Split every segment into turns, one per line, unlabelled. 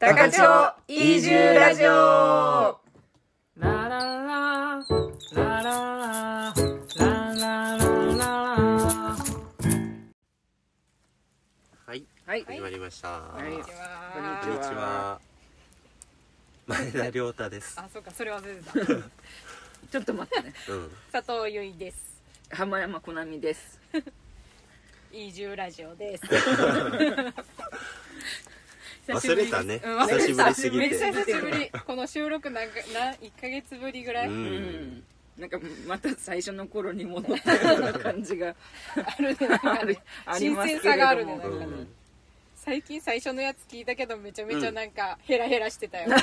高千穂移住ラジオ
ララララララララララ
はい、
はい
始まりました。こん
い
にち
こんにち
は。前田亮太です。
あ、そうか、それ忘れて
ちょっと待ってね
うん、
た。佐藤由衣です。
浜山こなみです
移住ラジオです。
忘れたね
うん忘れた
久しぶりす
め
ぎて
っちゃ久しぶり。この収録なんか、な、一ヶ月ぶりぐらい。
うん
うんなんかまた最初の頃に戻ったような感じが
あるね、なんか
ある
ね。
ありま
新
す
鮮
け
さ
れ
があ
ど
るね
も
な
うん
かね
ん、
最近最初のやつ聞いたけど、めちゃめちゃなんか、ヘラヘラしてたよ。ヘラ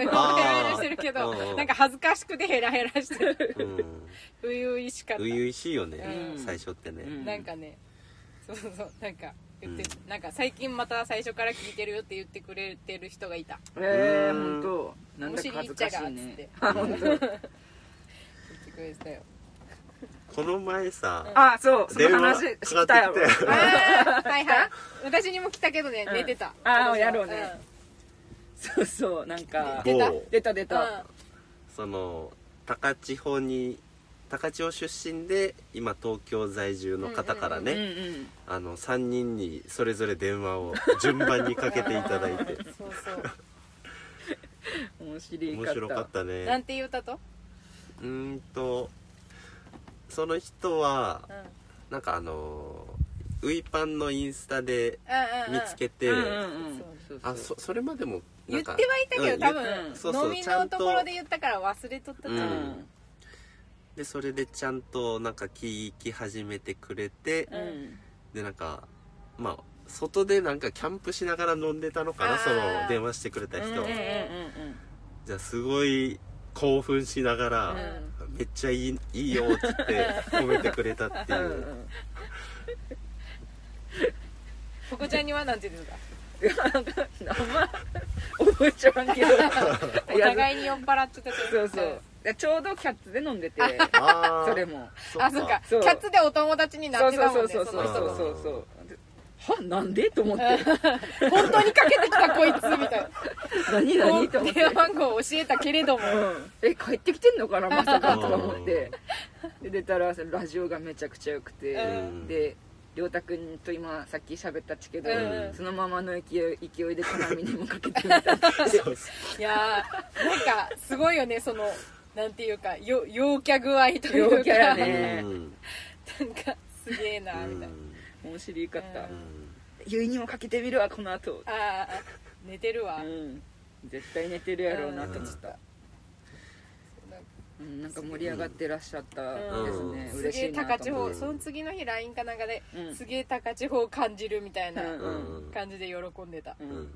ヘラしてるけ
あー
ど、なんか恥ずかしくてヘラヘラしてる。
うん、
初々しかった
初。々しいよね、
うん
最初ってね。
うん
なんかね、そうそうそう、なんか言って、
う
なんか最近また最初から聞いてるよって言ってくれてる人がいた。
ええ
うん
本当なんだか恥ずかしい
お尻いっ
ね
ち
あ本当
言ってくれてたよ。
この前さ、
あそうその話
電話
した
かか
よ
ってきて
あーはいはい。私にも来たけどね、
うん
寝てた。
あーやろうねそうそうなんか
出た
某
出た出
うん。
た
その高千穂に高千穂出身で今東京在住の方からね、
うんうん
あの3人にそれぞれ電話を順番にかけていただいて
うんそうそう。
面白
面
かった
白かったね。
なんて言ったと
うーんとその人は
うん。うん
なんかあのウイパンのインスタで
うんう
見
ん。
つけて、
うんうんうんそう
あそそれまでも
言
な
っ
ん
て
か
はいたけど、
うん
多
うん
そうそう
分、飲み
ちゃ
の
んと
ところで言ったから忘れとった
う
う
な。
ん
でそれでちゃんとなんか聞き始めてくれて、
う
うんん
でなんかまあ外でなんかキャンプしながら飲んでたのか
あ
な
ー
その電話してくれた人、
うんうんうん
じゃあすごい興奮しながら、めっちゃいいいいよっつって褒めてくれたってい
うんうん
う
うん
ポコちゃんにはなんて言ってた
あんま覚えちゃわんけど
お互いに酔っ払ってたけ
そ
ど
うそうでちょうどキャッツで飲んでて
あー
それも
か
あ、そっか。キ
そう
ャッツでお友達にな
そ
っ
う
て
そ
た
う
もん
そう
ね。
そうそう
の人と
そうそうそうではなんでと思って
本当にかけてきたこいつみたいな
何何と思って
電話番号を教えたけれども
うんえ帰ってきてんのかなまさかとか思っ
う
てで出たらそのラジオがめちゃくちゃ良くて、
うん
で亮太君と今さっき喋ったっちけど、
うん
そのままの勢い勢いで鏡にもかけてみた
そうそう
いやーなんかすごいよねそのなんていうかよ陽キャ具合というか
陽キャやね
うん
なんかすげえなみたいな、
面白かった、
う
ゆいにもかけてみるわこの後
あーあ寝てるわ、
うん絶対寝てるやろうなと思った、うんなんか盛り上がってらっしゃったですね、
す
嬉
げ
し
え
いな
高
と
千
思っ
穂その次の日 LINE かなんかで、
うん
すげえ高千穂を感じるみたいな
うん
うんうん
感じで喜んでた
て、う、ん
うん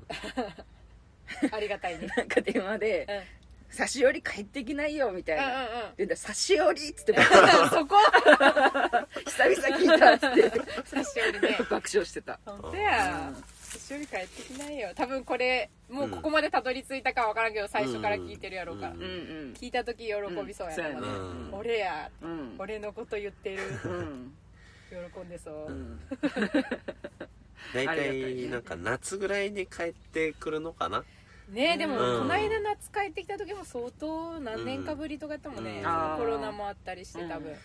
ありが たいね
なんか電話で
うん
「差し寄り帰ってきないよ」みたいな
うんうんうん
「で差し寄り」っつってば
そこ
久々聞いたっつって
久しぶりね
爆笑してた
本当や一緒に帰ってきないよ多分これもうここまでたどり着いたかわからんけど最初から聞いてるやろうから、
うん
うんうん
聞いた時喜びそうやな、これ
うんそうや
う
ね
ん
俺や
うん
俺のこと言ってる
うん
喜んでそう、
うん
大
ありがたい
体
ね
なんか夏ぐらいに帰ってくるのかな
ねえでもこ
うん
の間夏帰ってきた時も相当何年かぶりとかやったもんね、
うん
その
あー
コロナもあったりして多分、
うん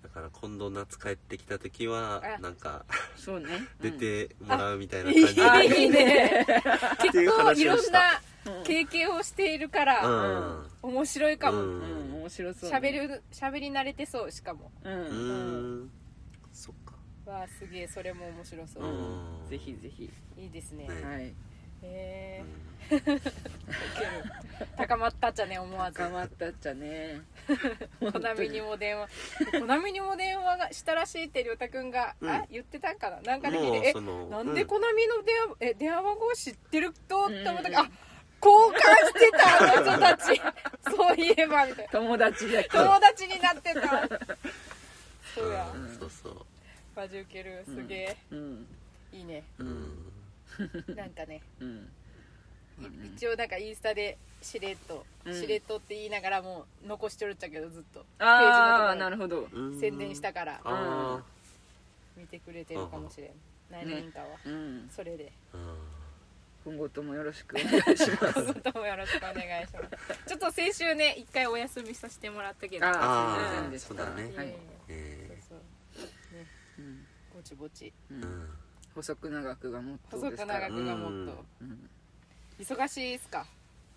だから今度夏帰ってきた時は
あ
なんか
そうね
出てもらうみたいな感
い
じ
い
で、
あ
ね
っていう
結構い
話
ろ
を
ん
した
な経験をしているから、
うん
面白いかも、
う
うん
ん
うん面白そうね
喋る喋り慣れてそうしかも
う
うんーんそっか
わあすげえそれも面白そう、
うん
ぜひぜひ
いいですね、
ね
はい
え
うん
ー、高まったっちゃね思わず
頑張ったっち ゃね
コナミにも電 話コナミにも電話がしたらしいってりょうたくんが、
うん
あ言ってたんかななんかで聞
もう
いて
その
えなん
う
で
ん
コナミの電話え電話番号知ってるとって思ったけど、
う
あ交換してたあの人た ちそういえばみたいな
友達だけど
友達になってたそうや
うんそうそう
マジウケるすげえ、
うん
いいね
うん
なんかね
うん
い一応なんかインスタでしれっと、
うん
しれっとって言いながらもう残しとるっちゃけどずっと
ああ
ページのと
なるほど
うん
こ宣伝したから
あ
見てくれてるかもしれん来年かは、
うん
それで
ーうん
フ今後ともよ ろしくお願いします
どうもよろしくお願いします。ちょっと先週ね、一回お休みさせてもらったけど。
あ
あ
すいません
あ
でした
そうだね、
はい
いえいえ
え
そうそうね
うん
ぼちぼち。
う
ーうんん、
細く長くがもっと
細
で
く
すから
長くがもっと。
うん
忙しいっすか。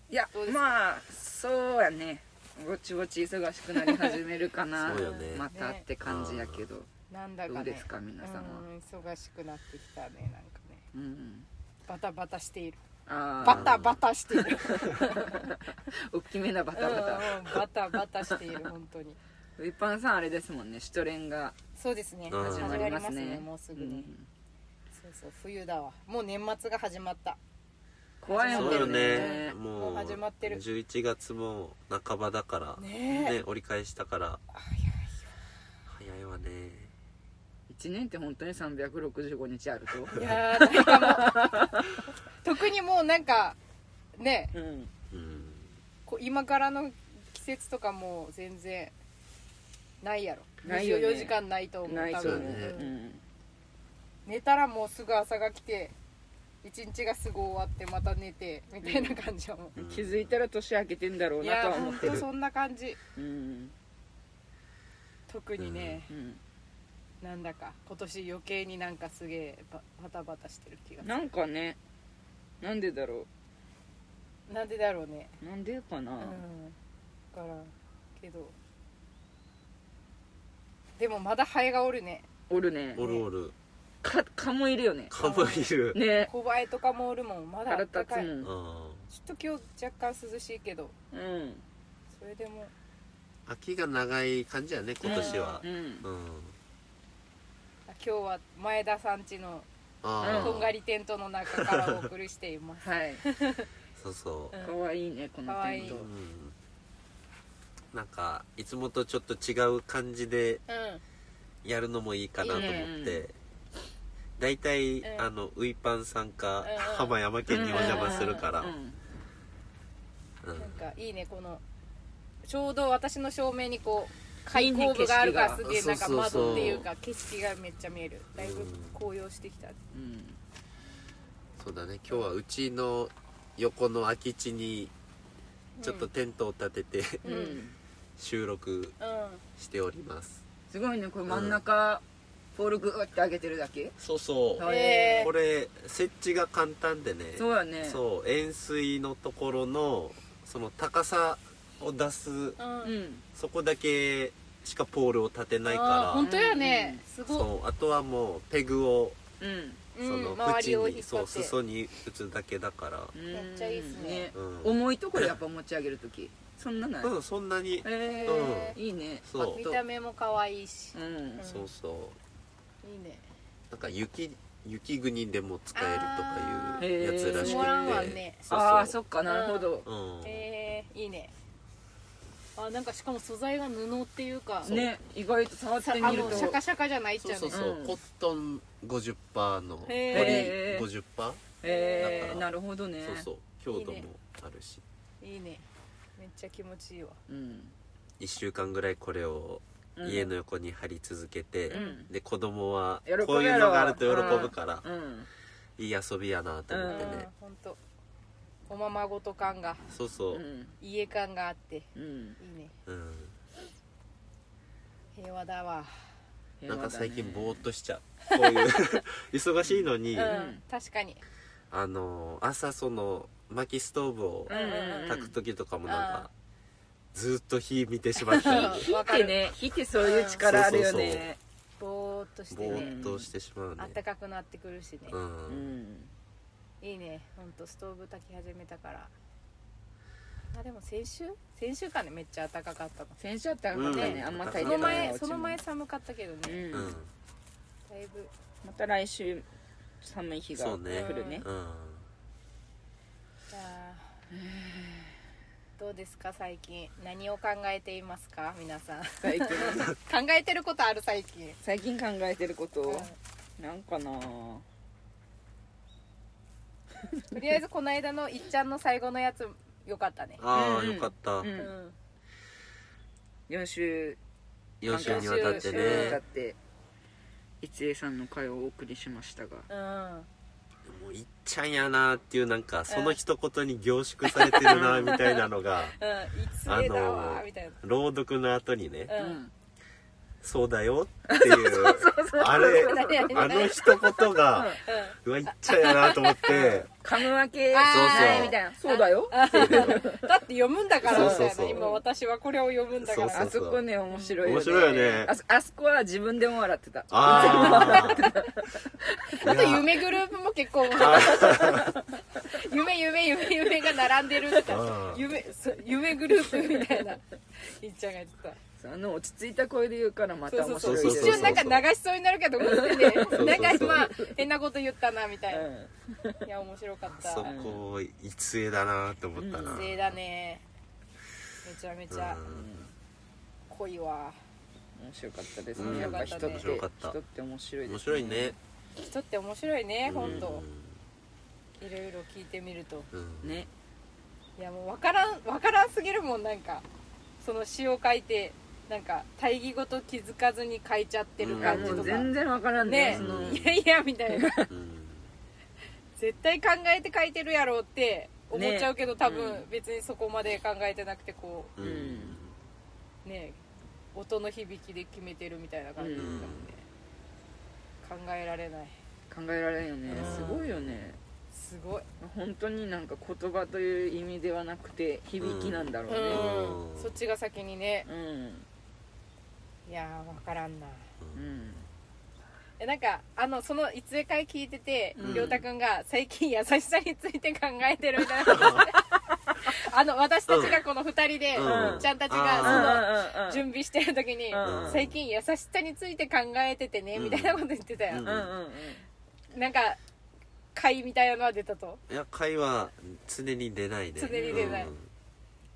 いや
どうですか
まあそうやねぼちぼち忙しくなり始めるかな
そうよね
またって感じやけど、
なんだかね。
どうですか皆さんは、
うん忙しくなってきたね、なんかね。
うん、
バタバタしている。
あ
バ
あ
タバタしている。
大きめなバタバ
う
タ
んうんバタバタしている、 本当に。
ウィパンさんあれですもんねシュトレンが
そうですね。
うん
始まりますね。も
も
う
う
す
す
ぐ
ぐ
ね
ね。
そうそう、冬だわ。もう年末が始まった。
怖い
そ
も
そ
ん
う
ね
よ
ね
ね
も
も
う
う
始まってる
11月も半ばだから
ねえ
ね折り返したから
早いよ。
早いわね
1年って本当に365日あると
いやーなんかも う特にもうなんかね
うん
うん
こう今からの季節とかもう全然ないやろ
ないよね
24時間ないと思う
ない
多
と思
分
う、
そうね
う
うん
ん、
寝たらもうすぐ朝が来て一日がすぐ終わってまた寝てみたいな感じはも
うん
気づいたら年明けてんだろ
う
う
い
な
や
とは思
ほん
って
と
る
そんな感じ
うん
特にね、
うん
なんだか今年余計になんかすげえババタバタしてる気が
なんかねなんでだろ
なんでだろうね
うなんでかな、
うんだからんけどでもまだハエがおるね
おるね
おるおる
か蚊もいるよね
かもいる
ね
コバエとかもおるもんまだあ
腹
っ
立
た
つ
かいちょ
もん
うん
っと今日若干涼しいけど
うん
それでも
秋が長い感じやね今年は
うん
うん、
あ今日は前田さん家の
ああ
とんがりテントの中からお送りしています
はい
そうそう、
うん
可愛いねこの
可愛
テン
い
ト
うんなんかいつもとちょっと違う感じで
う
やるのもいいかなと思
い
っ
いね
て大
う
体、
ん
あのウイパンさんか、
うんうん
浜山県にお邪魔するから、
うん
うん
んなんかいいねこのちょうど私の正面にこう開口部があるからす
いい
げ
ね
えなんか
景色が
窓っていうか景色がめっちゃ見えるだいぶ紅葉してきた
うん
そうだね今日はうちの横の空き地にちょっとテントを立てて、
う
うんん、
収録
うん
しております
すごいねこれ真ん中、ポールグーって上げてるだけ
そうそ
可愛い
えー
これ設置が簡単でね
そうやね
そう円錐のところのその高さを出す
うん
うん
そこだけしかポールを立てない
あー
か
本当やね、す
ら
ごい
そうあとはもうペグを
うん
そ
うん、
の
周り
縁
を
に、
引っ張
そう
って
裾に打つだけだから
うん
めっちゃいいっすね
うん、
重いところやっぱ持ち上げるときそんなない、
うん、そんなに
え
うん
ーいいね
そう
パッ
見
と
た目も可愛いし
う、ん
そうそう
いいね
なんか雪雪国でも使える
あ
とかいう
ー
やつらしく
へー積
て、
も
らんわね
そうそう
ああそっかなるほど、
うん、
えー、いいねあなんかしかも素材が布っていうか
ね意外と触っ
さ
て
あ
みる
の
と
シャカシャカじゃないっち
そう
ゃ
そう
ね
うそう、
うん
コットン50%のポリ
へ
ー
50%、
え
だか
ー、
ら
なるほどね
そうそう強度もあるし
いいねめっちゃ気持ちいいわ
うん
1週間ぐらいこれを
うん
家の横に張り続けて、
うん
で子供は
喜ぶやろ
こういうのがあると喜ぶから、
うん
いい遊びやなと思ってね、
本当おままごと感が
そうそうう、
ん
家感があってい
うん
いね
うん
平和だわ
なんか最近ぼーっ
ー
としちゃうこういう忙しいのに、
うん、確かに
あの朝その薪ストーブを
うんうんうん
炊く時とかもな
あ
んか、ずーっと火見てしまっ
う
たり
ん
火ってね火ってそういう力あるよね
ぼーっとして
ぼ
ね
ーっとしてしまうね
あったかくなってくるしね、
うん、
うん
いいねほんとストーブ炊き始めたからあでも先週先週かねめっちゃ暖かかったの
先週あったからね、
うん
あんま炊
大
そ
いて
の
ないわ
前
うち
そ
も
の前寒かったけど
う
ね、
ん、
うん
だいぶ
また来週寒い日が
そう
来
ね
るね
うん
じゃあどうですか最近何を考えていますか皆さん考
最 近
えてることある最近、
最近考えてること、
う
なんかなぁ
んとりあえずこの間のいっちゃんの最後のやつよかったね
ああ、
うんうん
よかった、
う
うんん
4週
4週にわたって
にわたっ
ね
て一栄さんの会をお送りしましたが
うん
もういっちゃんやなっていうなんかその一言に凝縮されてるなみたいなの
う
が
んいつえだわーみたい
朗読の後にね
な、うん
「そうだよ」っていうあ れ
何々
あの一言がうわいっちゃんやなと思って
噛むわけ
あ
ー
ないみたいなそうだよ
だって読むんだからみたいな
そうそうそう
今私はこれを読むんだから
そう
あそこね面白いよね
面白いよね
あそあそこは自分でも笑ってた
ああ
あと夢グループも結構面白い夢夢夢夢が並んでるとか
うん
夢そう夢グループみたいないっちゃんが言ってた
あの落ち着いた声で言うからまた
そう
面
そう
白
そう
い
そ
一
うそう
瞬なんか流しそうになるけどこれでね
そう
なんか今変なこと言ったなみたい
うん
ないや面白かった
そこいつえだなって思ったな、
勢だねめちゃめちゃ濃いわ
面白かったです
う
ね
ん
やっぱ人って
面
白かった
人って面白
う
い
ん
で
面
すね
白いね
人って面白いね本当
う
いろいろ聞いてみると
んうん
ね
いやもう分からん分からんすぎるもんなんかその詩を書いてなんか大義語と気づかずに書いちゃってる
あ
感じと
も
か、
う全然わからん
ね
ね
うん
その
いやいやみたいな
うん
絶対考えて書いてるやろうって思っちゃうけど、
ね
多分
うん
別にそこまで考えてなくてこ
う
うんん
うね音の響きで決めてるみたいな感じだもんね、考えられない
考えられんよね
うん
すごいよね
すごい、
本当になんか言葉という意味ではなくて響きなんだろう
う
ね
ん
うん
そっちが先にね
うん
いやー分からんな
うん
えなんかあのその一会会聞いてて
うん
亮太、くん、が最近優しさについて考えてるみたいな話であの私たちがこの2人で、
うん
ちゃんたち
うん
が
うんう
その
ん
準備してる時に、
うん
最近優しさについて考えててね、
うん
みたいなこと言ってたよ
う、
うんうんうん
なんか会みたいなのは出たと
いや会は常に出ないね
常に出ない
ん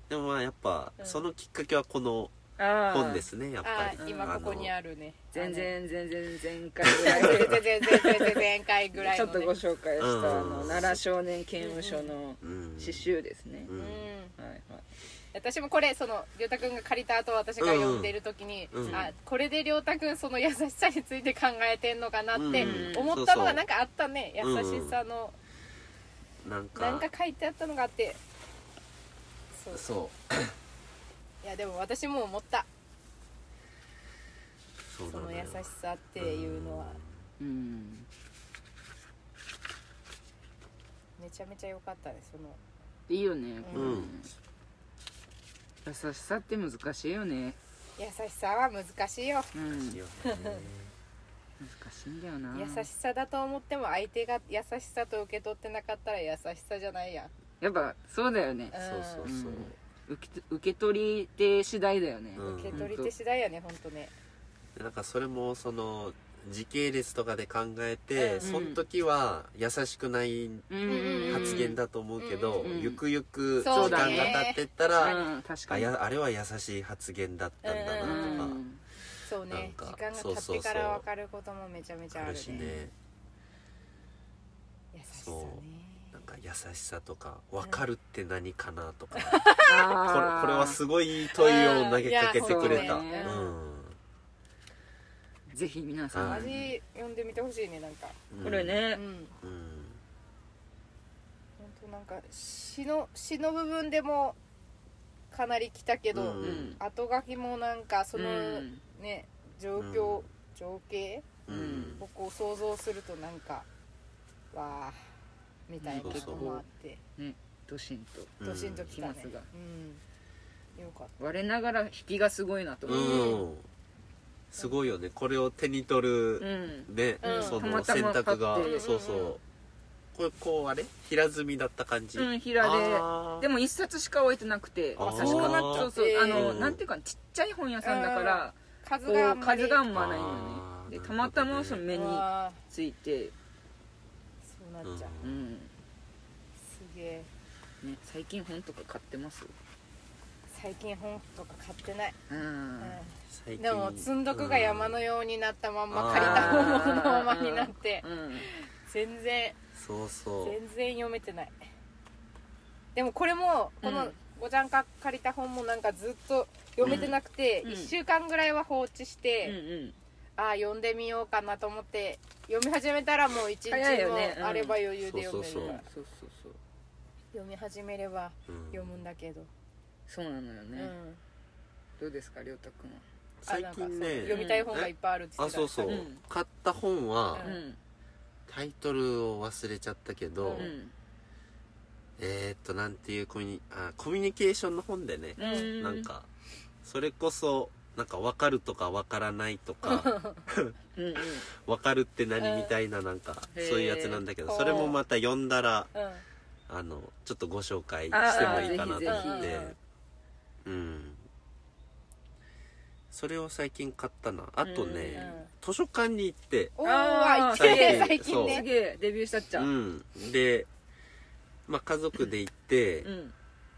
でもまあやっぱ、
うん
そのきっかけはこの
あー
本ですねやっぱ
あ
り
ー今ここにあるね
全然全然前回ぐ
あ
らい
の全然全然全然前回ぐらい
ちょ
の、
っ
ね、
とご紹介した、あ
う
の
ん
奈良少年刑務所の
あのうん
刺繍ですね、
う
うんん
はいはい
私もこれその亮太くんが借りた後私が読んでる時に、
うんうん
あこれで亮太くんその優しさについて考えてんのかなって
うんうん
思ったの
そうそ
が
う
なんかあったね、
うんうん
優しさの
なんか
なんか書いてあったのがあってそう
そう
いやでも私も思った
そう
そ
な
の
の
優
よ
しさっていうのは
うん
めちゃめちゃ良かったねその
いいよね
うん
優しさって難しいよね
優しさは難しいよ
うん
いい
難
よね
しいんだよな
優しさだと思っても相手が優しさと受け取ってなかったら優しさじゃないやん
やっぱそうだよね
うん
そうそうそう
受け受け取り手次第だよね、
うん
受け取り手次第やねほんとね
でなんかそれもその時系列とかで考えて、
うん
その時は優しくない
うん
うん
発言だと思うけど、
うん
ゆくゆく時
そう
間
だ
が
ね
経ってった
う
ら、
ん確か
あ
に
やあれは優しい発言だったんだ
う
なとか、
ん
そう
な
ね
ん
時
か
間が経
そう
っ
そ
て
うそ
か
う
ら分かることもめちゃめちゃあ
あ
る
るしね
優しさね
そなんか優しさとか分かるって何かなとか、これ
あー
これはすごい問いを投げかけてくれた
うんいや
う
そうん
ぜひ皆さん、
はい
味読んでみてほしいねなんか
うん
これ
う
ね、
ん
うん
本当なんか詩の詩の部分でもかなり来たけど、
うん
後書きもなんかその
うん
ね状況、
うん
情景
うん
うん
をこう想像するとなんかわあみたいな
そう
こと
そう
もあって
ねドシンと
ドシンときたね
きますが
うんよかっ
我ながら引きがすごいなと
う
思って、
んすごいよねこれを手に取る、
うん
ね、
うん
そ
たま
の
た
選
ま
択が
買って
そうそう、
うんうんうん
これこうあれ平積みだった感じ、
うん、平で
あー
でも一冊しか置いてなくて
あー
確か
そうなっちゃって
そうそうあの、
うん
なんていうかちっちゃい本屋さんだから、
た数
こ
があ
うん
まり
数があんまないのよね
あー
で
なるほどね
たまたまその目に
うわあ
ついて、
そうなっちゃう、
う
うん
ん
すげえ
ね、最近本とか買ってます
最近本とか買ってない、
うん、
う
最
ん、
近
でも積んどくが山の
うん
ようになったまん
う
ま
ん
借りた本のままになって
うん
全然
そうそう
全然読めてないでもこれもこ
う
の
ん
ごちゃんか借りた本もなんかずっと読めてなくて
うん
1週間ぐらいは放置し
うん
てあー読んでみようかなと思って読み始めたらもう一日
早いよねうん
もあれば余裕で読める、
そうそう
そうそうそう
読み始めれば
うん
読むんだけど、
そうなのよ
う
ね、
ん、
どうですかりょうたくんは
最近
あなんかそう
ね
読みたい本がいっぱいあるって言
あ
ってた
そうそう、
うん
買った本は、
うん
タイトルを忘れちゃったけど、
うん
えー、っとなんていうコミュニあコミュニケーションの本でね、
うん
なんかそれこそなんか分かるとか分からない とか
うんうん
分かるって何みたいななんか
へー
そういうやつなんだけどそれもまた読んだら
うん
あのちょっとご紹介してもいいかなと
あ
思
ー
っ
ぜひ
て
ぜ
うんそれを最近買ったなあとね、
うん
図書館に行って
おー
あ
あ
ー
行ってる
最
最
近
近
す
ね
げえデビューしたっちゃ
う
う、
んでまあ家族で行って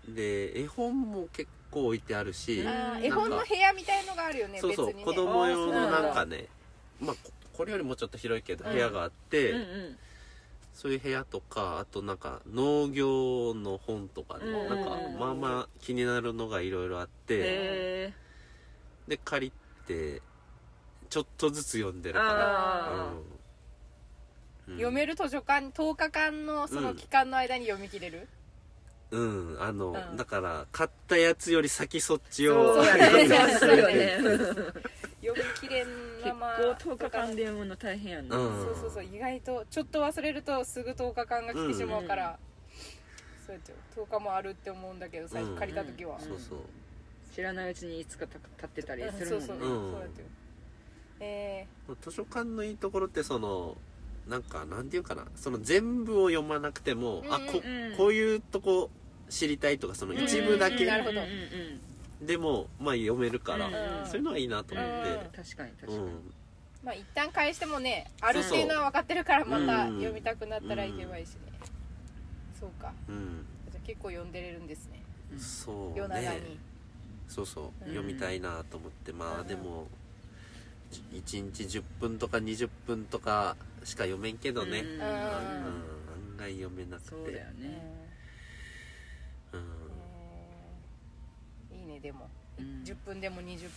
う、ん、
で絵本も結構置いてあるし、
うん
あー
なんか
絵本の部屋みたいのがあるよね
そうそう、
別にね
子供用の
あーそうなんだ
なんかねまあここれよりもちょっと広いけど
うん
部屋があって、
うんうん
そういう部屋とかあとなんか農業の本とかね、
うん
なんか
うん
まあまあ気になるのがいろいろあっ
へ
て
え
で借りてちょっとずつ読んでるか
あ
ら、
あ、
うん
読める図書館10日間のその期間の間に読み切れる、
うんあの、
うん
だから買ったやつより先そっち
そ
を
うだね
そうだ
ね
読み切れん
結
まま
構10日間で読むの大変やな、
うん
そうそうそう意外とちょっと忘れるとすぐ10日間が来てしまうから、そうやって10日もあるって思うんだけど最初借りた時は、
う ん
そうそう
知らないうちにいつかた経ってたり
うん
す
そ
る
う
もん
そう、
ね
うん
そうやってえ
図書館のいいところってそのなんかなんていうかなその全部を読まなくても、あこ
うんうん
こういうとこ知りたいとかその一部だけ
なるほど
うんうんうん
でもまあ読めるから、
うん
うん
そういうのはいいなと思って、
確かに確か
う
に、
ん
ーまあ一旦返してもねあるっていうのは分かってるから
そうそ
ま
う
た
うん
読みたくなったらいけばいいしね、そうか
うん
じゃあ結構読んでれるんですね
うん
そう
夜長に、
ねそうそう、
うん
読みたいなと思ってまあ、
うん
でも1日10分とか20分とかしか読めんけどね、
うん
うん、
うん
え
案外読めなくて
そうだよね、
うん
ーいいねでも
うん
10分でも20分でも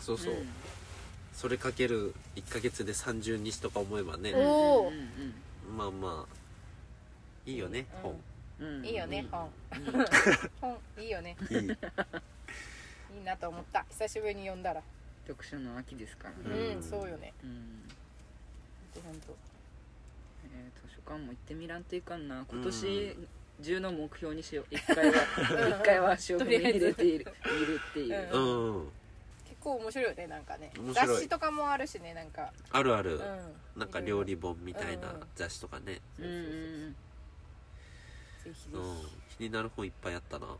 そうそう、
うん
それかける1ヶ月で30日とか思えばね、
おー
うん
まあまあいいよね、
うん
うんうん
いいよね、
う
本本いいよね
本い
い
い
いなと思った久しぶりに読んだら
読書の秋ですからね
う、
うんん
そうよね
うん
ほんとほんと
えー図書館も行ってみらんといかんな
うん
今年中の目標にしよう一回は
うん
一回は足を踏み入れているいるっていううん
うん
結構面白いよねなんかね
面白い
雑誌とかもあるしねなんか、
あるあ
う
る
ん、、
なんか
いろ
料
いろ
理本みたいな
うん
雑誌とかね、
うんうん
ぜひぜ
うん気になる本いっぱいあったな
ひ、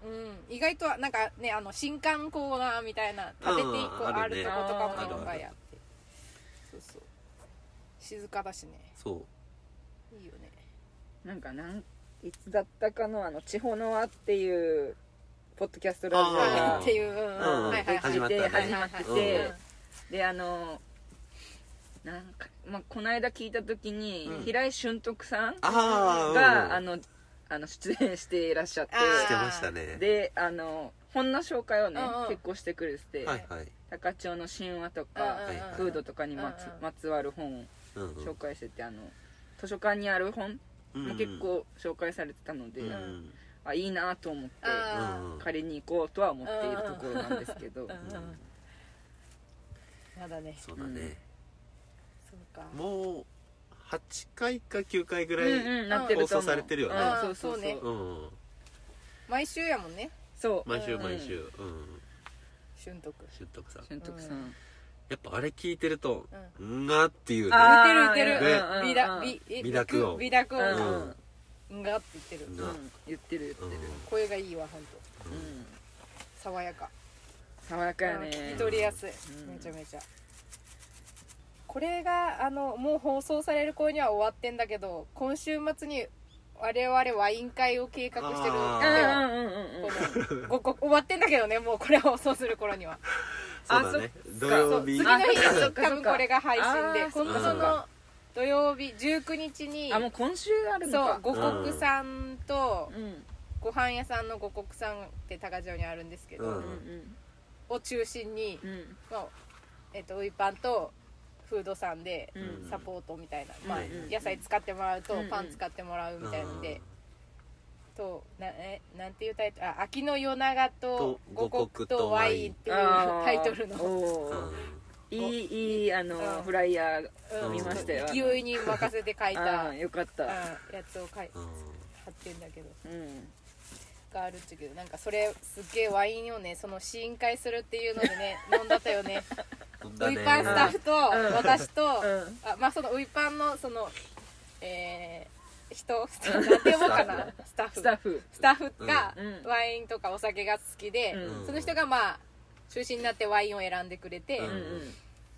うん意外とはなんかねあの新刊コーナーみたいな食べていこう
あ
あ
る
る
ね
とことか
あ
も
る
いっぱ
あ
い
る
あってそうそう静かだしね
そう
いいよね
なんかなんいつだったかのあの「地方の輪」っていうポッドキャストラジオ
あ
が
ー
っていう、うん
うん
はいはいはい
始まったね
始まって
う
て
ん
であのなんか、まあ、この間聞いた時に、
うん
平井俊徳さん
ああ
があのあの出演していらっしゃって
して
あ
ましたね
であの本の紹介をね
うんうん
結構してくれてて、
はいはい
高千穂の神話と
うん
か
うんうん
はい
風土とかにまつ,、
うんうん
まつわる本を
うんうん
紹介しててあの図書館にある本
うん
も結構紹介されてたので、
うん
ん
あいいなと思って
あ
うん
借りに行こうとは思っているところなんですけど、
うん
うん
まだね
そうだね、
そうか
もう8回か9回ぐ
う
らい、
んうんなってると思
放送
う
されてるよね
うんそうそうそう
そうね
うん
毎週やもんね
そう
毎週
うん
毎週うん、
俊徳
習得さん
俊徳さん、
う
やっぱあれ聞いてると
うん
「うんが」っていうね
あ
言ってる言って
うんうんう
る
ん
美濁美え
美濁音
美濁
う
うん
音
ん
うんがって言ってる
うん
うん言ってる言ってる、
声がいいわ本当
うん
うん
爽やか
爽やかやね
聞き取りやすい
うん
めちゃめちゃこれがあのもう放送される頃には終わってんだけど今週末に我々ワイン会を計画してる
あ
う
ー
んうんうんうんうん
このごこ終わってんだけどねもうこれを放送する頃には
そうだね
あそっか
そ
土
う
曜日
次の日
あそっかそっ
に多
か
分これが配信で
あー
今度
そ
そ
っか
の土曜日19日に
あもう今週ある
そ
の
う
か
五穀さんと
うんうん
ご飯屋さんの五穀さんって高城にあるんですけど、
うん
うん
を中心に
う、ん
まあえっとウイパンとフードさんで
うん
サポートみたいな、まあ
うん
うん
野菜使ってもらうと
うんうん
パン使ってもらうみたいなので、
うん
となえなんていうタイトルあ「秋の夜長と
と
五穀とワイン」っていう
あー
タイトルの、うん
おーいいいいあ
う
の
ん
フライヤー
見ましたよ
勢いに任せて書いた、
あ
う
ー
ん
よかった
やつを書い
うんうん
貼ってんだけど
うん
があるっちゅうけどなんかそれすっげえワインをねその試飲会するっていうのでね飲んだったよね
そん
ウ
だ
イ
ね
パンスタッフと
うん
私と、
うん
あまあそのウイパンのそのえー、人 スタッフなんて呼ぼうかなスタッフ
スタッフ
スタッフが
うんうん
ワインとかお酒が好きで、
うん
その人がまあ中心になってワインを選んでくれて、
うん
ん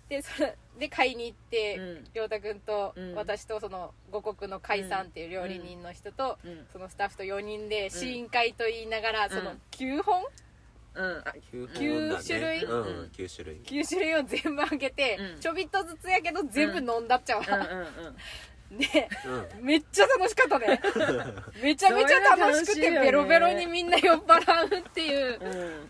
でそれで買いに行って、
うん
りょうたくんと
うん
私とその五穀の海さんっていう料理人の人と、
うん
そのスタッフと4人で試飲会と言いながら、その9本
うんあ
九本だね
九種類
うん九種類
9種類を全部あげて、
うん
ちょびっとずつやけど全部飲んだっちゃう
うん
わ、
うんうん
で
うん
めっちゃ楽しかったね めちゃめちゃ楽しく
それは楽しい
て
よね
ベロベロにみんな酔っ払うっていう
うん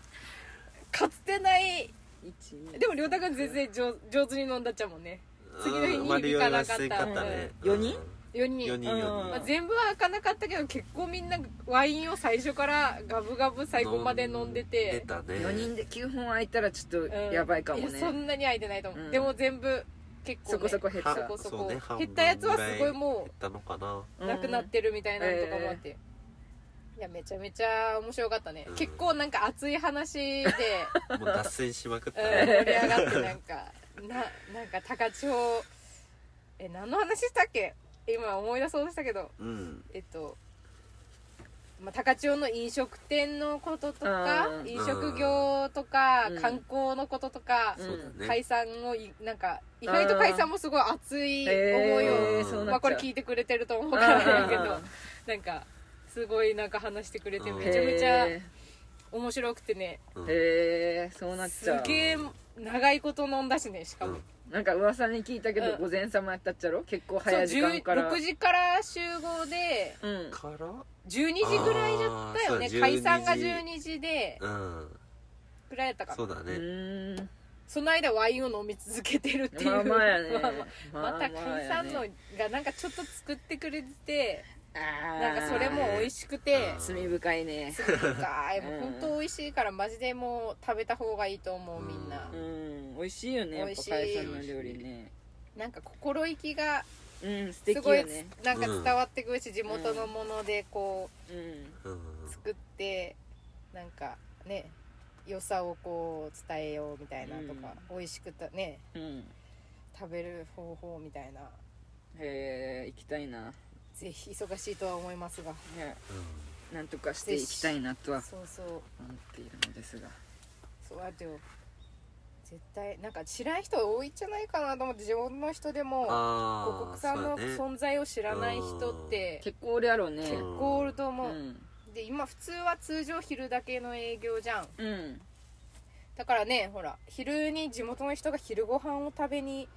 かつてない
1
でもりょうたくん全然上上手に飲んだっちゃうもんね次の日に
うんあまり酔いはせんかっ
う
た
ん
ね
四人
4人
4人
うん
ま
4
あ、
人
全部は開かなかったけど結構みんなワインを最初からガブガブ最後まで飲んで
出
て
たね
4人で9本空いたらちょっと
うん
やばいかも
い
ね
やそんなに空いてないと思う、
うん
でも全部結構、ね、
そこそこ減った
は
そこそこ
そうね半分
減ったやつはすごいも
減ったのかな
うなくなってるみたいなのとかもあって、いやめちゃめちゃ面白かったね、
うん
結構なんか熱い話で、
もう脱線しまく
う
った
ん、
ね
盛り上がってなんかななんか高千穂え何の話したっけ今思い出そうでしたけど
うん
えっと、まあ、高千穂の飲食店のこととか
うん
飲食業とか、
うん
観光のこととか、
うん
そうだね
解散をいなんか意外と解散もすごい熱い思いを、
え
ー
そうなっちゃう
まあ、これ聞いてくれてると思う
う
か
ん
らだけど なんかすごいなんか話してくれて
うん
めちゃめちゃ
へ
面白くてね
うん
ーへーそうなっち
す
ゃう
げえ長いこと飲んだしねしかも、
うん
なんか噂に聞いたけ
う
ど
ん
午前様やったっちゃろ結構
そう
早い時間から
6時から集合で
うん
から
12時ぐらいだったよね
あーそう
解散が
12
12時で
うん
ぐらいだったかな
そうだ
う
ね
ーん
その間ワインを飲み続けてるっていう
まあまあやね
まあまあまた
まあまあ
海
や
さん
ね
のがなんかちょっと作ってくれてて
あー
なんかそれも美味しくて
あー
罪深いね
すごい深いもう
うん
本当美味しいからマジでもう食べた方がいいと思うみんな
う
うん美味しいよねやっ
美
ぱ
味しい
海さんの料理ね
なんか心意気が
うん素敵
すごい
よね
なんか伝わってくるし地元のものでこ
うん
うん
う作ってなんかね良さをこう伝えようみたいなとか美味しくたね
うん
食べる方法みたいな
へえ行きたいな
ぜひ忙しいとは思いますが
ね
うん
なんとかしていきたいなとは
そうそう
思っているのですが
そうあと絶対なんか知らん人多いんじゃないかなと思って地元の人でも
あ
五
あ
国産の
そうだね
存在を知らない人って
結構俺やろうね
結
構
構おると
う
思う、
ん
で今普通は通常昼だけの営業じゃん
うん
だからねほら昼に地元の人が昼ご飯を食べに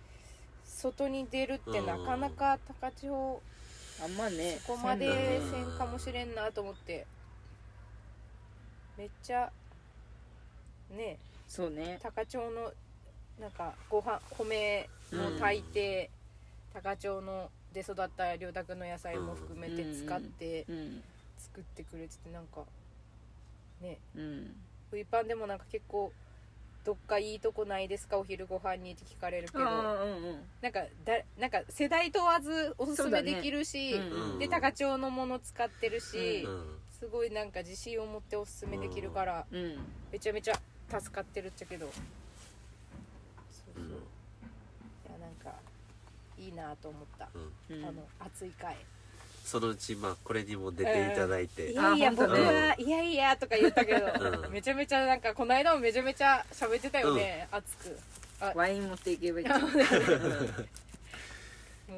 外に出るって
うん
なかなか高千穂
あんまね
そこまで
そんな
せんかもしれんなと思ってめっちゃねえ
そうね
高千穂のなんかご飯米を炊いて、高千穂ので育った良太君の野菜も含めて使って
うん
作ってくれててなんかね
うん
ウイパンでもなんか結構どっかいいとこないですかお昼ご飯にって聞かれるけ
あ
ど
あうんうん
なんかだなんか世代問わずおすす
そうだ
め
ね
できるし、
うん
で高千穂のもの使ってるし、
う
うん
すごいなんか自信を持っておすすめできるから、
うん
めちゃめちゃ助かってるっちゃけどそうそ
う
う、
ん
いやなんかいいなと思った、
うん
うん
あの熱い回
そのうちまあこれにも出ていただいて、
い
ん
やいや
あ本
僕
当
ね
はいやいやとか言ったけど、
うん
めちゃめちゃなんかこの間もめちゃめちゃ喋ってたよね、熱く
ワイン持っていけばいいじゃん
もう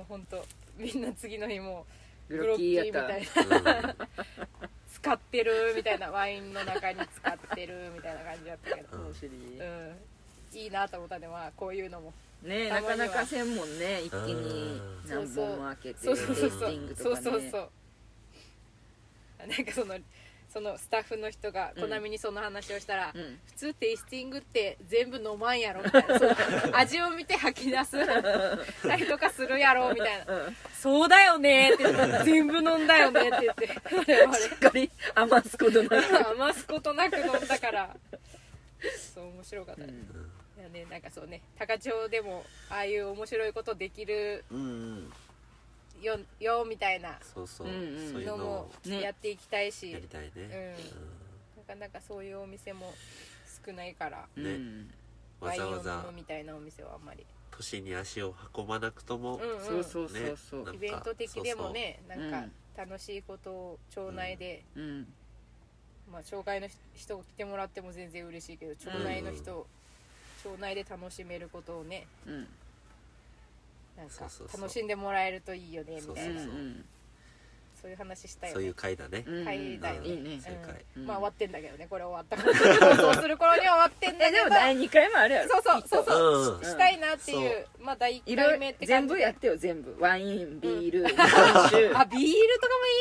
ほんとみんな次の日も
グロッキーや
グロ
った
ッキーみたいな
うん
使ってるみたいなワインの中に使ってるみたいな感じだったけど
うん
お尻
うんいいなと思ったねまあこういうのも
ね
た
な
ま
か
には
なかせんもんね一気に
うん
何本も開けてテ
そ
イ
うそうそう
ス
そ
テ
う
ィング
そ
と
う
か
そう
ね
そうなんかそのそのスタッフの人がコナミにその話をしたら、
うん
普通テイスティングって全部飲まんやろみたい なその味を見て吐き出すたりとかするやろみたいな
うん
そうだよねって言って全部飲んだよねって言って 我々
しっかり余すことなく、
余すことなく飲んだからそう面白かった、
う
い
ん
やねなんかそうね高千穂でもああいう面白いことできる
うんうん
よよみたいな
そうそう、
うんうん
そういう
の
の
も
を
ね
やっていきたいし、
やりたいね、
なかなかそういうお店も少ないから
ね
うん
わ
ワイン
ざ
を
わ
飲
ざ
むみたいなお店はあんまり、
都市に足を運ばなくとも、
うんうん
そうそうそうそう、
ね
イベント的でもね
うそう
な
うんん
か楽しいことを町内で、
うん
まあ、障害の人が来てもらっても全然嬉しいけど町内の人、町内で楽しめることをね
うん
なんか
そうそうそう
楽しんでもらえるといいよねみた
う
い
ん
な
そう
そういう話したよ
そうい
ね
う回だね、
うん
会だよね
いいね
そういう回、
うん
まあ終わってんだけどねこれ終わったから 放送する頃には終わってんだ
え
け
で
ど
も第2回もあるやろ
そうそうそうそう
うんうん
ん
したいなっていうまあ第
い
1
ろ
回
い
目っ
ろ
て感
全
じで
部やってよ全部ワインビール日本酒
あビールとかもい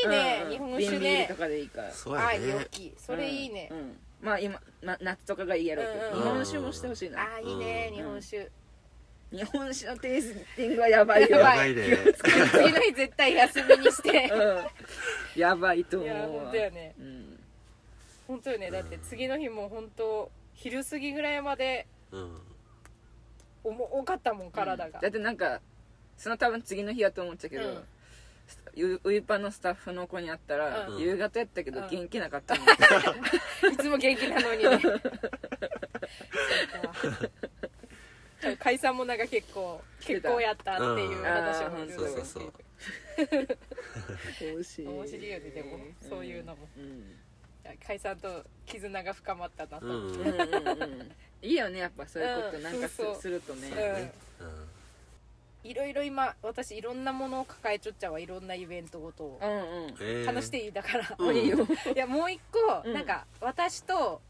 いね、
うん
日本酒
瓶ビール
ね
とかでいいから
そう
あ
や
良
ね
きそれいいね、
うんうんまあ今、ま、夏とかがいいやろうけど、
うん
日本酒もしてほしいな
あいいね、
うん
日本酒
日本酒のテイスティングはやばいよ
やばい
ね
次の日絶対休みに して
うんやばいと
い
思
や本
うわ
当よね
うん
本当よねだって次の日も本当昼過ぎぐらいまで
うん
重かったもん体が、
だってなんかその多分次の日やと思っちゃうけど、
うん
ゆウイパのスタッフの子に会ったら、
うん
夕方やったけど
うん
元気なかったもん、
いつも元気なのにね そうか解散もなんか結構
来て
結
た
構やったっていう話を
うん
いろいろ
そうそう
そう
聞いて
面 白い
面白いよねでもそういうのも
うん
解散と絆が深まったなと、
うんうん、
う
うんん
うんうんいいよねやっぱそういうこと
うん
なんかす,、
そうそう
するとね
そうやねうん
いろいろ今私いろんなものを抱えちょっちゃうわいろんなイベントごとを
うんうん
えー
話していいだから、
うん
いいよ
いやもう一個、
うん
なんか私と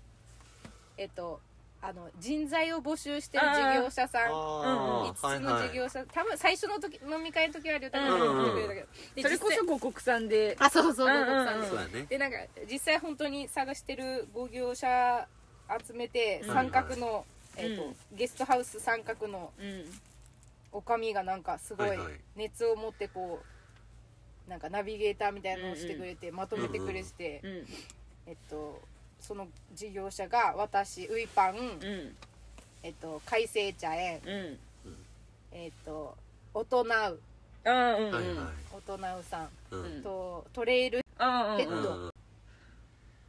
えっとあの人材を募集してる事業者さん
あ
5
ー
つの事業者、多分最初の時飲み会の時は亮太
うん
君
う
が来て
んうん
くれたけど、で
そ
実
れこそ
際
五国産で
あそうそう
うんうん
五国産
うん
です
そうやね
でなんか実際本当に探してるご業者集めて
うん
三角の、えっと
うん
ゲストハウス三角の
うん
おかみがなんかすご
はいいはい
熱を持ってこうなんかナビゲーターみたいなのをしてくれて、まとめてくれてて、
うん
えっと、その事業者が私ウイパン、
うん
えっと、海星茶園、
うん
えっと、大人う
あー
は
うん
いは
う
い
ん
大人うさん
うん
うん
とトレイル
あー
ペ
う
うん
ッ
ん
ト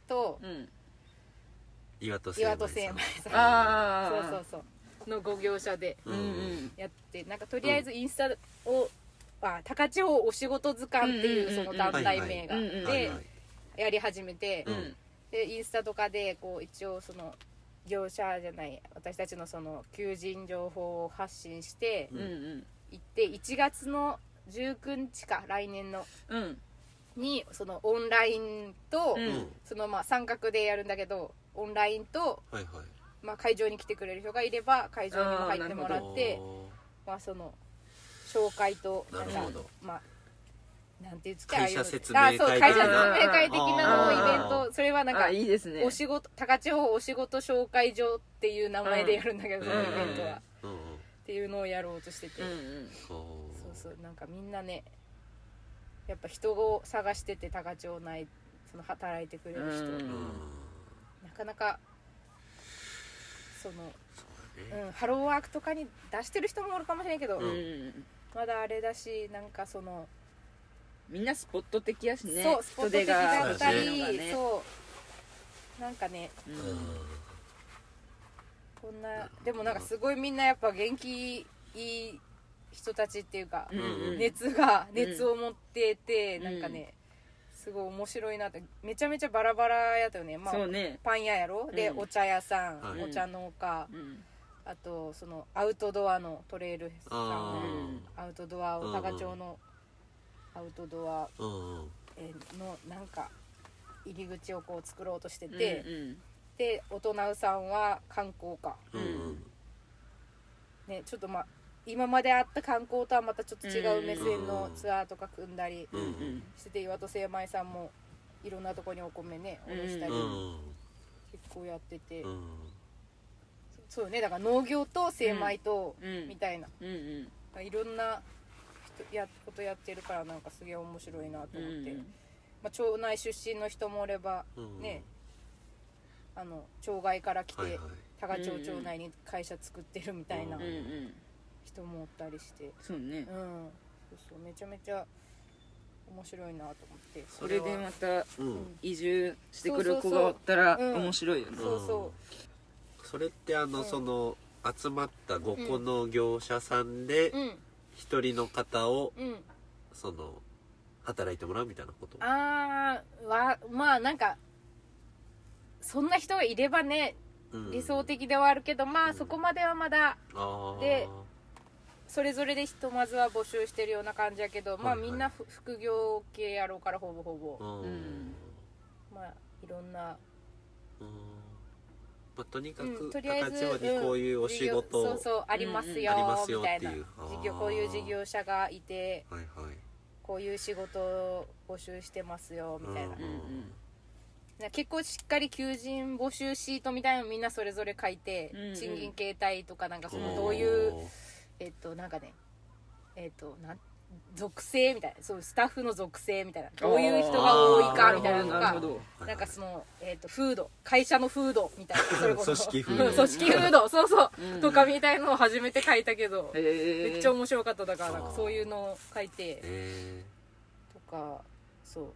と
うんうん
岩戸
岩戸精米さん
あ
そう
ー
そうそうのご業者で
うんうん
やってなんかとりあえずインスタを、あ高千穂お仕事図鑑っていうその団体名が
うんうんうんうん
はい
で
はい
やり始めて
う
うんん
でインスタとかでこう一応その業者じゃない私たちのその求人情報を発信して
うんうん
行って1月の19日か来年の
うん
にそのオンラインと、
うん
そのまあ三角でやるんだけどオンラインと、
はいはい
まあ、会場に来てくれる人がいれば会場にも入ってもら
だ
ってまあその紹介と
なるほど
まあなんていうんですか
会社説明
ああい
会
うのあそう
的
会
な
社説明会的なのをイベントそれはなんか
あいいですね
お仕事高千穂お仕事紹介所っていう名前でやるんだけど、
うん
そのイベントは、っ
うんうん
ていうのをやろうとしてて、
うんうん
こ
そうそうなんかみんなねやっぱ人を探してて高千穂内その働いてくれる人、
うん
うん
なかなかその、
そうだね
うん、ハローワークとかに出してる人もおるかもしれんけど、
うんうん
まだあれだしなんかその、
みんなスポット的やしね
そうスポット的だった
人手
り
が
そう,、
多いのがね
なんかね
う
うん
ん
こんなでもなんかすごいみんなやっぱ元気いい人たちっていうか、
うんうん
熱が
ん
熱を持ってて、
うん
なんかねすごい面白いなってめちゃめちゃバラバラやったよね、まあ
そうね
パン屋やろで、
うん
お茶屋さん、
はい
お茶農家、
うん
あとそのアウトドアのトレイルさん
あ
アウトドアを高町のアウトドア
ーうんうん
えーのなんか入り口をこう作ろうとしてて、
うん
で大人さんは観光か
うんうん
ねちょっとまあ今まであった観光とはまたちょっと違う目線
う
の
ん
ツアーとか組んだり
うんうん
うん
してて岩戸精米さんもいろんなとこにお米ねおろしたり
う
うん
結構やってて、
うん
そうねだから農業と精米と
うん
みたいな、
うんうん
いろんな人やことやってるからなんかすげえ面白いなと
う
思って、
ん
まあ、町内出身の人もおれば
うん
ねあの町外から来て、
はいはい
多賀町町内に会社作ってるみたいな
うんうん
人もおったりして、
そうね
うんそうそうめちゃめちゃ面白いなと思って
それでまた
うん、
うん
移住してくる子がおった
そ
ら
うそうそううん
面白いよね
そうそ
それってあの、
うん
その集まった5個の業者さんで
うん
一人の方を
うん
その働いてもらうみたいなこと
あーわまあなんかそんな人がいればね
うん
理想的ではあるけど、ま
う
あ
ん
そこまではまだ
あー
でそれぞれでひとまずは募集してるような感じやけど、まあ
はいはい
みんなふ副業系やろうからほぼほぼ
う、ん、
うん
まあいろんな
うんまあ、とにかく、
うんと
高
りあえず
千穂にこういうお仕事を、
事業そうそうありますよ
ありますよ
みたい
って
な
いうあー
事業こういう事業者がいて
はいはい
こういう仕事を募集してますよみたいな,、
うん
うん
結構しっかり求人募集シートみたいなのみんなそれぞれ書いて、
うんうん
賃金形態とかなんかそ
ん
のどういう
おー
えっとなんかねえっとなん属性みたいなそうスタッフの属性みたいなどういう人が多いかみたいなの
あーなる
が
ほど
はいはい
なんかその、えっとフード会社のフードみたいなそれこそ
組織風
うん
ド
組織フードそうそう、
うん
とかみたいのを初めて書いたけど、
へえ
めっちゃ面白かっただから
あー
なんかそういうのを書いて
え
とかそう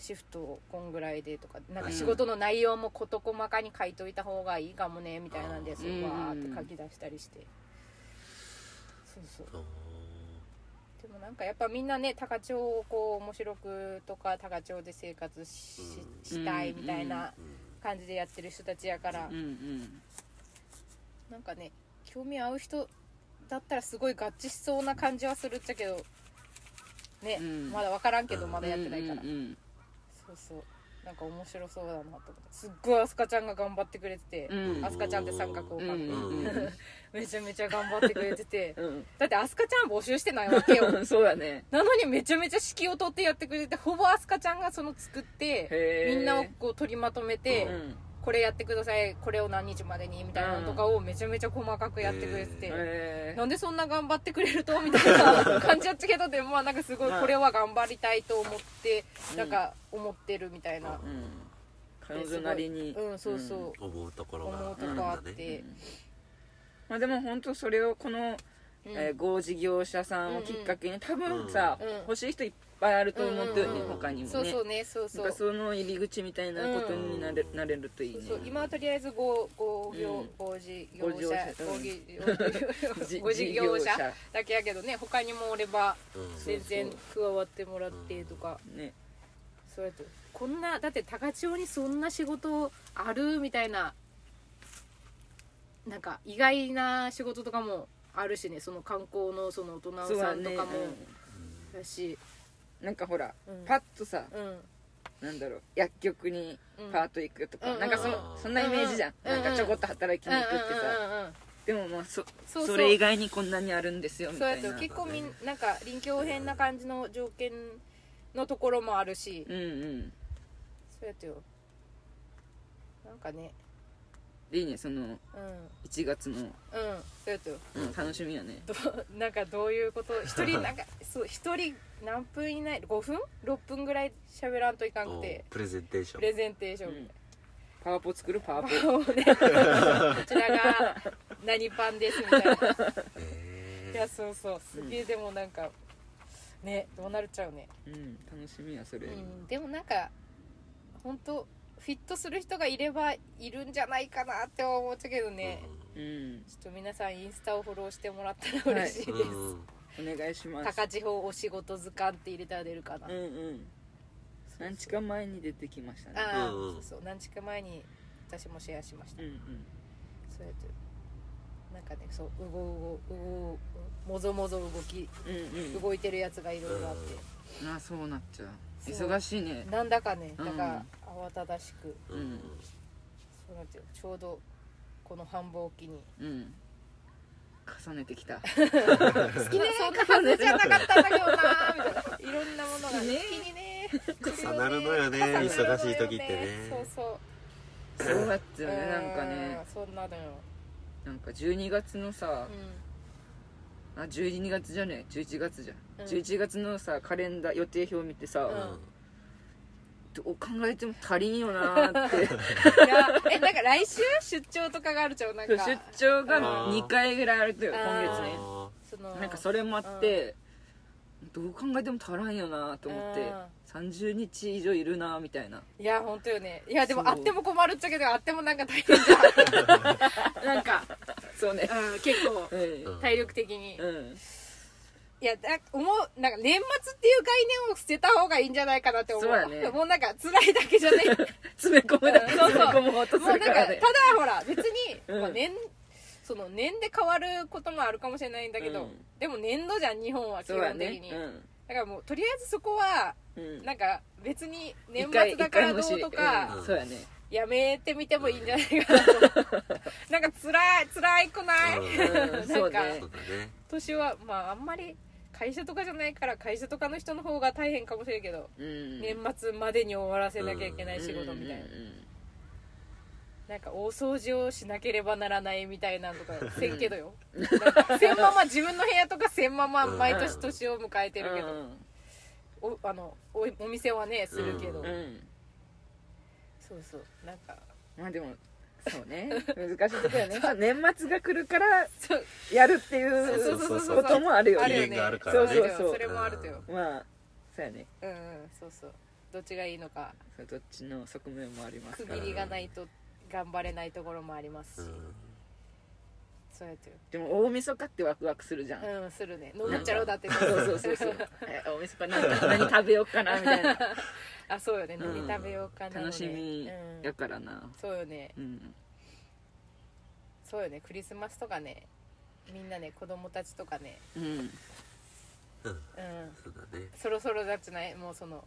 シフトをこんぐらいでとかなんか仕事の内容も事細かに書いといた方がいいかもねみたいなんで
あー
そうわーって書き出したりして、そう
ーあ
そうでもなんかやっぱみんなね高千穂をこう面白くとか高千穂で生活し,、
う
し
ん
たいみたいな
ーうん
感じでやってる人たちやから、
うんうん
なんかね興味合う人だったらすごい合致しそうな感じはするっちゃけどね、
うん
まだ分からんけど
うん
まだやってないから、
うんうん
そうそうなんか面白そうだなと思ってすっごいアスカちゃんが頑張ってくれてて、
うん
アスカちゃんって三角を
うん
か
うん
めちゃめちゃ頑張ってくれてて
うん
だってアスカちゃん募集してないわけよ
うんそうだね
なのにめちゃめちゃ指揮を取ってやってくれてほぼアスカちゃんがその作って
へー
みんなをこう取りまとめて、
うん
これやってくださいこれを何日までにみたいなのとかをめちゃめちゃ細かくやってくれてて、
へ
へ
なんでそんな頑張ってくれるとみたいな感じやったけどでもまあなんかすごいこれは頑張りたいと思って
うん
なんか思ってるみたいな
ーうん彼女なりに
うんそうそう
思うところが
思うと
こ
あって
んだ
うんまあでも本当それをこの
うん
えー合事業者さんをきっかけに多分さ
うん
欲しい人いっぱいあると思ってよね
うんうんうん
他にもね
そうそうねそうそ
なん
う
かその入り口みたいなことになれ,、
うん
なれるといいね
そう今はとりあえず合合
う
業
ん
合事業
合事業
者
者
合議
じ
合事業者
事
だけやけどね他にもおれば
うん
全然加わってもらってとか
ね
そうやってこんなだって高千穂にそんな仕事あるみたいななんか意外な仕事とかもあるしねその観光のその大人
そう
さ
だ
ん
ね
とかも
うん
だし、
うんなんかほら、
うん
パッとさ
うん
なんだろう薬局に
うん
パート行くとか、
うん
なんかそ
うん
そんなイメージじゃん、
うん
なんかちょこっと働きに行くってさ、
うんうんうんうん
でもまあそ
そうそう
それ以外にこんなにあるんですよみ
そう
た
や
い
と
な
結構みんなんか臨機応変な感じの条件のところもあるし、
うんうん
そうやとよなんかね
でいいねその
うん
1月の、
うんそうやとよ
うん、楽しみやね
なんかどういうこと一人なんかそう一人何分以内5分6分ぐらい喋らんといかんくて
プレゼンテーショ
プ
ン
レゼンテーション、
うんパワポ作るパワポ
こうねこちらが何パンですみたいな
え
い
ー
やそうそうすげえでもなんかねどうなるっちゃうね、
うん楽しみやそれ、
うん、でもなんか本当フィットする人がいればいるんじゃないかなって思っちゃうけどね、
うん、
ちょっと皆さんインスタをフォローしてもらったら嬉しいです、
うんうんうん
お願いします
高千穂お仕事図鑑って入れたら出るかな、
うんうん何日か前に出てきましたね
ああ、
うんうん
そうそう何日か前に私もシェアしました、
うんうん
そうやってなんかねそううごうごうごうごもぞもぞ動き
うん
動いてるやつがいろいろあって、
うんあそうなっちゃう
そう
忙しいね
なんだかね
う
だ
ん
から慌ただしく、
うんうん
そうなんていうのちょうどこの繁忙期に
うん重ねてきた
好きねそんなはずじゃなかったんだけどな みたいないろんなものが好きにね
重なるのよね忙しい時ってね
そうそう
そうだったよねなんかね
うんそんなのよ、
なんか12月のさあ12月じゃねえ11月じゃん、
うん
11月のさカレンダー予定表見てさ、
う
どう考えても足りんよなーって
うん、いやえなんか来週出張とかがあるじゃんなんか
出張が
うん
2回ぐらいあるとよ今月ね
あ
その
なんかそれもあって、どう考えても足らんよなーと思って、30日以上いるなーみたいない
や本当よねいやでも
そう
あっても困るっちゃけどあってもなんか大変じゃ んなんか、
そうね
うん、結構
はい
ー
体力的に、
うん
いやだ思うなんか年末っていう概念を捨てた方がいいんじゃないかなって思う
そうだね
もうなんか辛いだけじ ゃないも
詰め込むだけ
うんそう
詰
そう
め込もうと
う
す
なん
る
かた
か
だ
らね
ほら別に、
うん
まあ、年その年で変わることもあるかもしれないんだけど、
うん
でも年度じゃん日本は基
そうだ
本
ね
的にだ,、からもうとりあえずそこは
うん、うん、
なんか別に年
一回
末だからどうと
一回も
か
しうんそうやね
やめてみてもいいんじゃないかなと思うなんか辛い辛いくない、
うん
な
そ
ん
う
か
ね
そうだね
年はまああんまり会社とかじゃないから会社とかの人の方が大変かもしれんけど、
うん
年末までに終わらせなきゃいけない仕事みたいな、
うんうんうん
なんか大掃除をしなければならないみたいなのとかせんけどよなんかせんまま自分の部屋とかせんまま毎年年を迎えてるけど、おあのおお店はねするけど、
う
うんうん
そうそうなんか
まあでもそう ね難しいとこやね年末が来るから
そう
やるってい
そううそうそうそう
こともあるよ
あるよ
ね
期
ね
限があるから
そ
ね
うそう
そうそう
それもあるとよ
まあそうやね
うん、うん、そうそうどっちがいいのか
それどっちの側面もあります
区
から
切りがないと頑張れないところもあります
う
し、
ん
そうやってよ
でも大晦日ってワクワクするじゃん、
うんするね飲んじゃろうだって
そうそうそ うそうえ大晦日何か何食べようかなみたいな
あそうよね
うん
何食べようかなので
楽しみ
うん
だからな
そうよね
うん
そうよねクリスマスとかねみんなね子供たちとかね
うん
うん
そうだね
そろそろだっちないもうその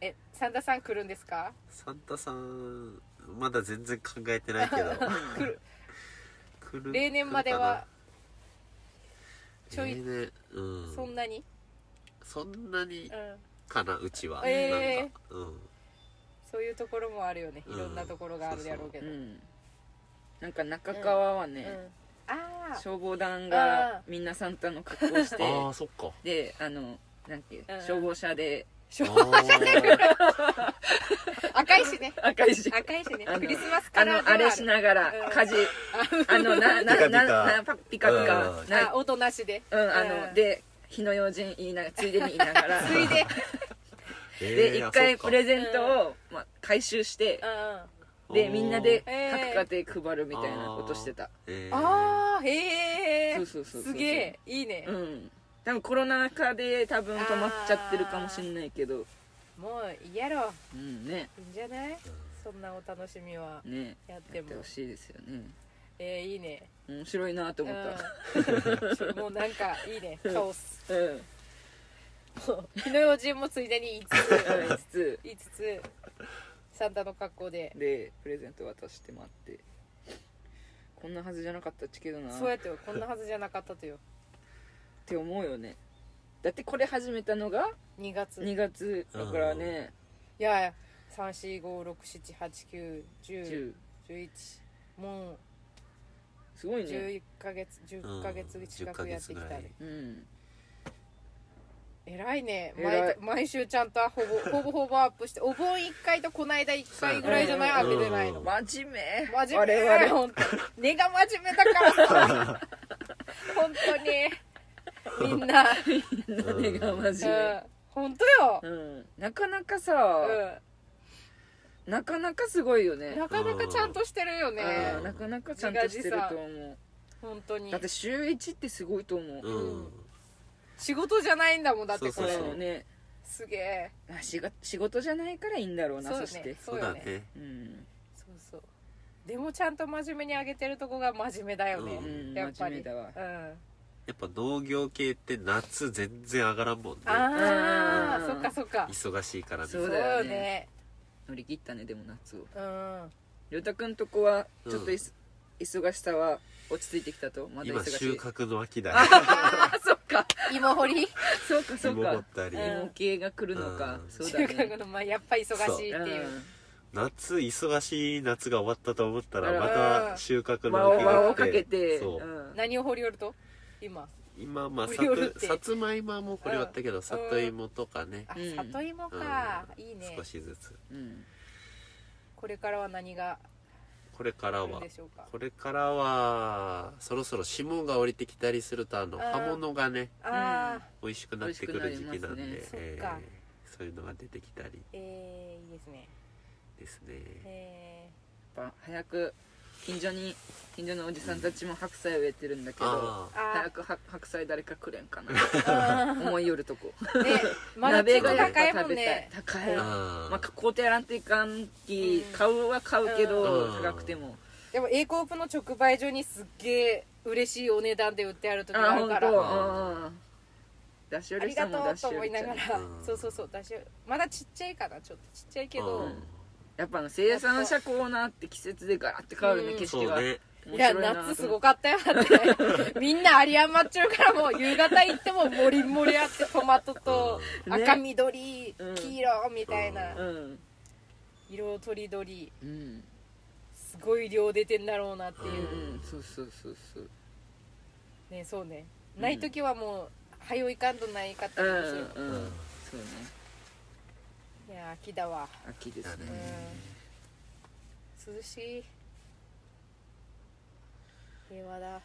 えサンタさん来るんですか
サンタさんまだ全然考えてないけど
来る
来る
例年までは
来るかな
ちょい
例年うん
そんなに
そんなに
うん
かなうちは、
えー
なんかうん
そういうところもあるよね
うん
いろんなところがあるやろうけ
う
どうん
んなんか中川はね、
あ
消防団がみんなサンタの格好をして
ああそっか
であのなんていう
うん
消防車で
あ
あ 赤いしね
赤いし
赤いしね
あの
クリスマス
あ
カラー
のあれしながら
うん
家事あのなな
ピカピカ
ななパピカピカ
うん
な
あ音なしで
うんあので火の用心言いながらついでに言いながら
ついで
ー
で一回プレ
ゼ
ゼントをまあ回収して
うんうん
でみんなで
えー
各家庭配るみたいなことしてた
あ
ああへえ
そうそうそうそ
す
う
げえいいね、
うん多分コロナ禍で多分止まっちゃってるかもしんないけど
もういいやろ
うんね
いいんじゃないそんなお楽しみは
ね
やって
やっ
も
てほしいですよね
えー、いいね
面白いなと思った
うん、 もうなんかいいねカオス
うんうん
もう火の用心もついでに5
5つ
つ5つサンタの格好で
でプレゼント渡してもらってこんなはずじゃなかったっちけどな
そう
っ
やってよこんなはずじゃなかったとよ
て思うよねだってこれ始めたのが
2月い
2月だからね
や34567891011
10
もう
すごいね
11ヶ月10ヶ月近くやってきたね、
うん
偉いね
偉い
毎毎週ちゃんとほぼほぼほぼアップしてお盆1回とこの間1回ぐらいじゃない
うん
開けてないの
うん
真面目
真面目
我々
本当根が真面目だからさ本当にみんな
みんなねが真
うん
面
本当よ
目、うん、なかなかさ、
う
なかなかすごいよ
ん
ね
なかなかちゃんとしてるよね
うんなかなかちゃんとしてると思
本当
う
に
だって週1ってすごいと思う、
うん、うん
仕事じゃないんだもんだってこ
そう
れ
そう
そうね
すげえ
あ仕事仕事じゃないからいいんだろうな
そう
そ,、
ね
して
そ
そうう
よ
だ
ね
ね
うん、
そうそうでもちゃんと真面目に上げてるとこが真面目だよ
う
ね
ん、
やっ
真
ぱ
面目
り
だわ
うんあ
やっぱ農業系って夏全然上がらんもんね
あ
う
ー
ん
そっかそっか
忙しいからね
そ
そうう
だ
よ
よね
ね
乗り切ったねでも夏を
うん
りょうたくんとこはちょっといす、忙しさは落ち着いてきたとまだ
今
忙し
収
い
穫の秋だね
あ あそっか
芋掘り
そうかそう
芋掘
か
ったり、
うん
芋系が来るのか
うん
そうだ
中
ね
学のまあやっぱ忙しいっていう
夏忙しい夏が終わったと思ったら
うん
また収穫
うん
の
輪を
秋が
輪
あ
を
って
かけて
そう、
うん
何を掘り寄ると今
今まあさ
掘り寄るって
つさつまいもはもうこれ終わったけど、里芋とかね
あ、
うん
里芋か、いいね
少しずつ
うん
これからは何が
これか
あ
ら
るん
は
でしょうか
これからはそろそろ霜が降りてきたりするとあの
うん
葉物がね
ああ、
美味しくなってく
美
る
味し
時
くな
期
り
な
ます
んで、
ね
え
そっか
ーそういうのが出てきたり
えー、いいですね
ですね
え
やっぱ早く近所に近所のおじさんたちも白菜植えてるんだけど
あ
ー、
あ
早
あ
くは白菜誰かくれんかな
あ
思いよるとこ
ねまだちょ
鍋
っと
がやっぱ
高いも
食
ん
べたい
ね
高い
うん
あ
まあ買うてやらんといかんき
うん
買うは買うけど
うん
高くても
でも A コープの直売所にすっげえ嬉しいお値段で売ってある時があ
ほ
る
ん
か
と
ら
う
あ
んうんうん出し寄り
り
した
が
も
と
出
う
し
と
寄
思い
り
な
ちゃ
が
う
ら、
うん
そうそうそう出しまだちっちゃいかなちょっとちっちゃいけ
う
ど、
ん
やっぱあの生野菜の車コーナーって季節でガラッて変わるね
うん
景
そう
色が
ね
いや夏すごかったよだってみんな有り余っちゃうからもう夕方行ってももりもりあってトマトと
うんね
赤緑、
うん
黄色みたいな、
う
うん
色とりどり
うん
すごい量出てんだろうなっていうう、
んそうそうそうそう
ねそうね
うん
ない時はもう早いかんとないかった
うん
り
う
も
ん
する、
そうね
いや秋だわ
秋です
だ
ね
ね
涼しい平和だ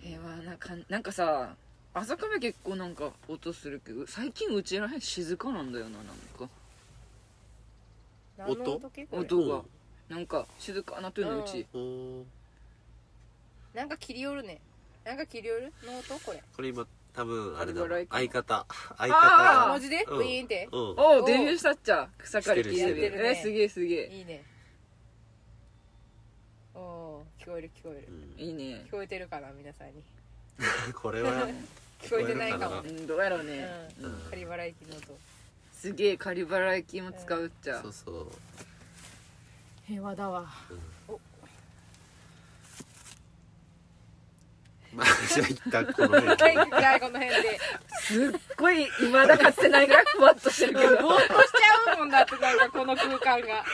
平和な感なんかさ朝霞結構なんか音するけど最近うちらへん静かなんだよななんか
何の
音
時これ
音がなんか静かなというのうち、
おー
なんか切り寄るねなんか切り寄るの音これ
これ今多分あれだ
これぐらいかな
相方相
あー
文
方
字で
うん
ウィーンって
うん
おおデビューしたっちゃ草刈り切
してる
れ
して
る
る
えすげえすげえ
いいねおおー聞こえる聞こえ
う
る
ん
いいね
聞こえてるかな皆さんに
こ れは
聞こえてないか
聞
も
こ
うんどうやろうね、
うん
うん
仮払い機の音
すげえ仮払い金も使うっちゃ、
そうそう
平和だわ
まあじゃあ一旦この辺
はい
で
じゃあこの辺で
すっごいまだかつてないからふわっとしてるけど
ぼーっとしちゃうもんだってなんかこの空間が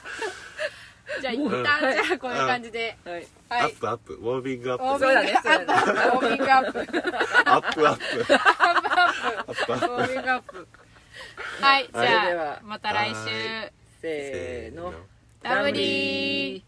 じゃあ一
うん
旦じゃあこういう感じで
はい
ア
はい
ップアップウォーミングア
ウォ
ッ
ー
プ
そうだ
ミン
ね
グア
そう
ップ
だ
ウォーミングアップ
アップアップアップアップ
ウォーミングアップはいじ
それで
ゃ
は
あまた来週
はい
せーの
ラブリー